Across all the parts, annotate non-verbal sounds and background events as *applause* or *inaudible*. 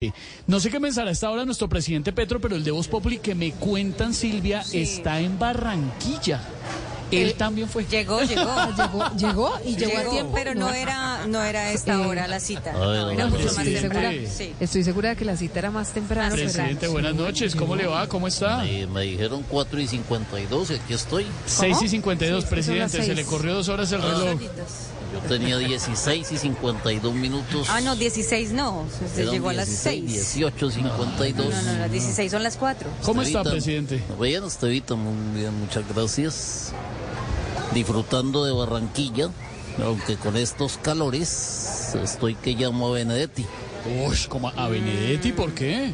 Sí. No sé qué pensará esta hora nuestro presidente Petro, pero el de Voz Populi que me cuentan, Silvia, está en Barranquilla. Él Eh, también fue. *laughs* Llegó, llegó. Llegó, llegó y llegó, a Llegó, tiempo. pero no era, no era esta Eh, hora la cita. Ay, No, era bueno, mucho más presidente. temprano. Sí. Estoy segura de que la cita era más temprano. pero- Presidente, buenas noches. ¿Cómo le va? ¿Cómo está? Me, me dijeron 4 y 52 y aquí estoy. 6 y 52, Sí, son las presidente. Se seis. le corrió dos horas el reloj. Yo tenía 16 y 52 minutos. Ah, no, 16 no. Se Eran llegó a las 16, 6. 18, 52. No, no, las 16 son las 4. ¿Cómo está, Estevita, presidente? Bien, Estevita, muy bien, muchas gracias. Disfrutando de Barranquilla, aunque con estos calores estoy que llamo a Benedetti Uy, como a Benedetti, ¿por *laughs* qué?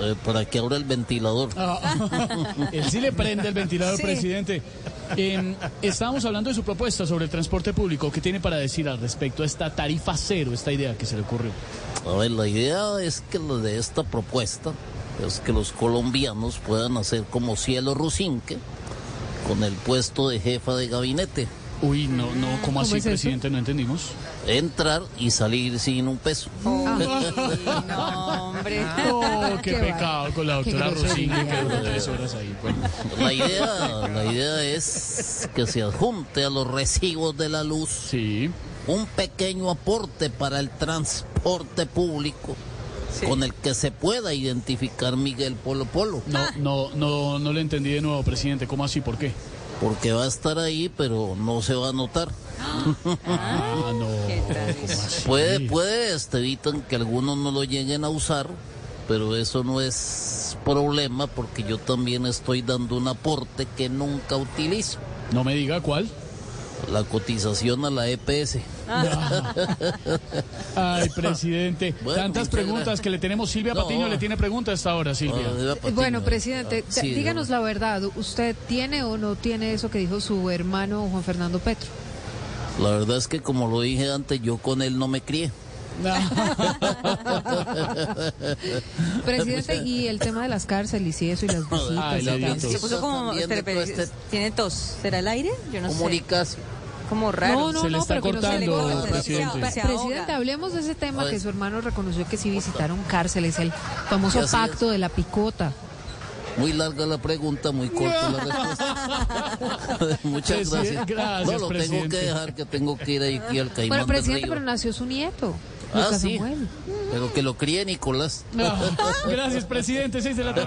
eh, para que abra el ventilador. Ah, él sí le prende el ventilador, Sí. presidente. Eh, estábamos hablando de su propuesta sobre el transporte público. ¿Qué tiene para decir al respecto a esta tarifa cero, esta idea que se le ocurrió? A ver, la idea es que lo de esta propuesta es que los colombianos puedan hacer como Cielo Rusinque con el puesto de jefa de gabinete, Uy, no, no, ¿cómo, así, es eso? presidente? No entendimos. entrar y salir sin un peso. Ah. no, *laughs* hombre. *laughs* Oh, qué, Qué pecado con la Qué doctora Rosín, que grosería. quedó tres horas ahí. Bueno, La idea, la idea es que se adjunte a los recibos de la luz sí. un pequeño aporte para el transporte público Sí. con el que se pueda identificar Miguel Polo Polo. Ah. No, no, no, no le entendí de nuevo, presidente. ¿Cómo así? ¿Por qué? Porque va a estar ahí, pero no se va a notar. Ah, no. qué ¿cómo tradición. así? Puede, puede, este, evitan que algunos no lo lleguen a usar, pero eso no es problema porque yo también estoy dando un aporte que nunca utilizo, No me diga cuál. la cotización a la E EPS. Ah. Ah. Ay, *laughs* presidente. Bueno, Tantas muchas preguntas gracias. que le tenemos. Silvia No. Patiño le tiene preguntas hasta ahora, Silvia. Ah, Patiño. Eh, Bueno, presidente, Ah, sí, díganos la verdad. ¿Usted tiene o no tiene eso que dijo su hermano Juan Fernando Petro? La verdad es que como lo dije antes, yo con él no me crié. Ah, Presidente, y el tema de las cárceles y eso y las visitas. Ay, y la tal. vi- Se puso como. Ah, También espere, de todo espere, este- ¿Tiene tos? ¿Será el aire? Yo no sé. Comunicarse. Como No, raro. no, Se le no, está pero que no cortando, se le corte. presidente. Pre- Se ahoga. Presidente, hablemos de ese tema Ay. que su hermano reconoció que sí visitaron cárceles, el famoso Ya sé. pacto de la picota. Muy larga la pregunta, muy corta la respuesta. *laughs* Muchas Presiden- gracias. gracias, No, lo tengo presidente. que dejar, que tengo que ir aquí al Caimán Bueno, del presidente, Río. pero nació su nieto, Ah, Lucas sí. Samuel. Pero que lo críe Nicolás. Gracias, Ah, presidente. Seis de la tarde.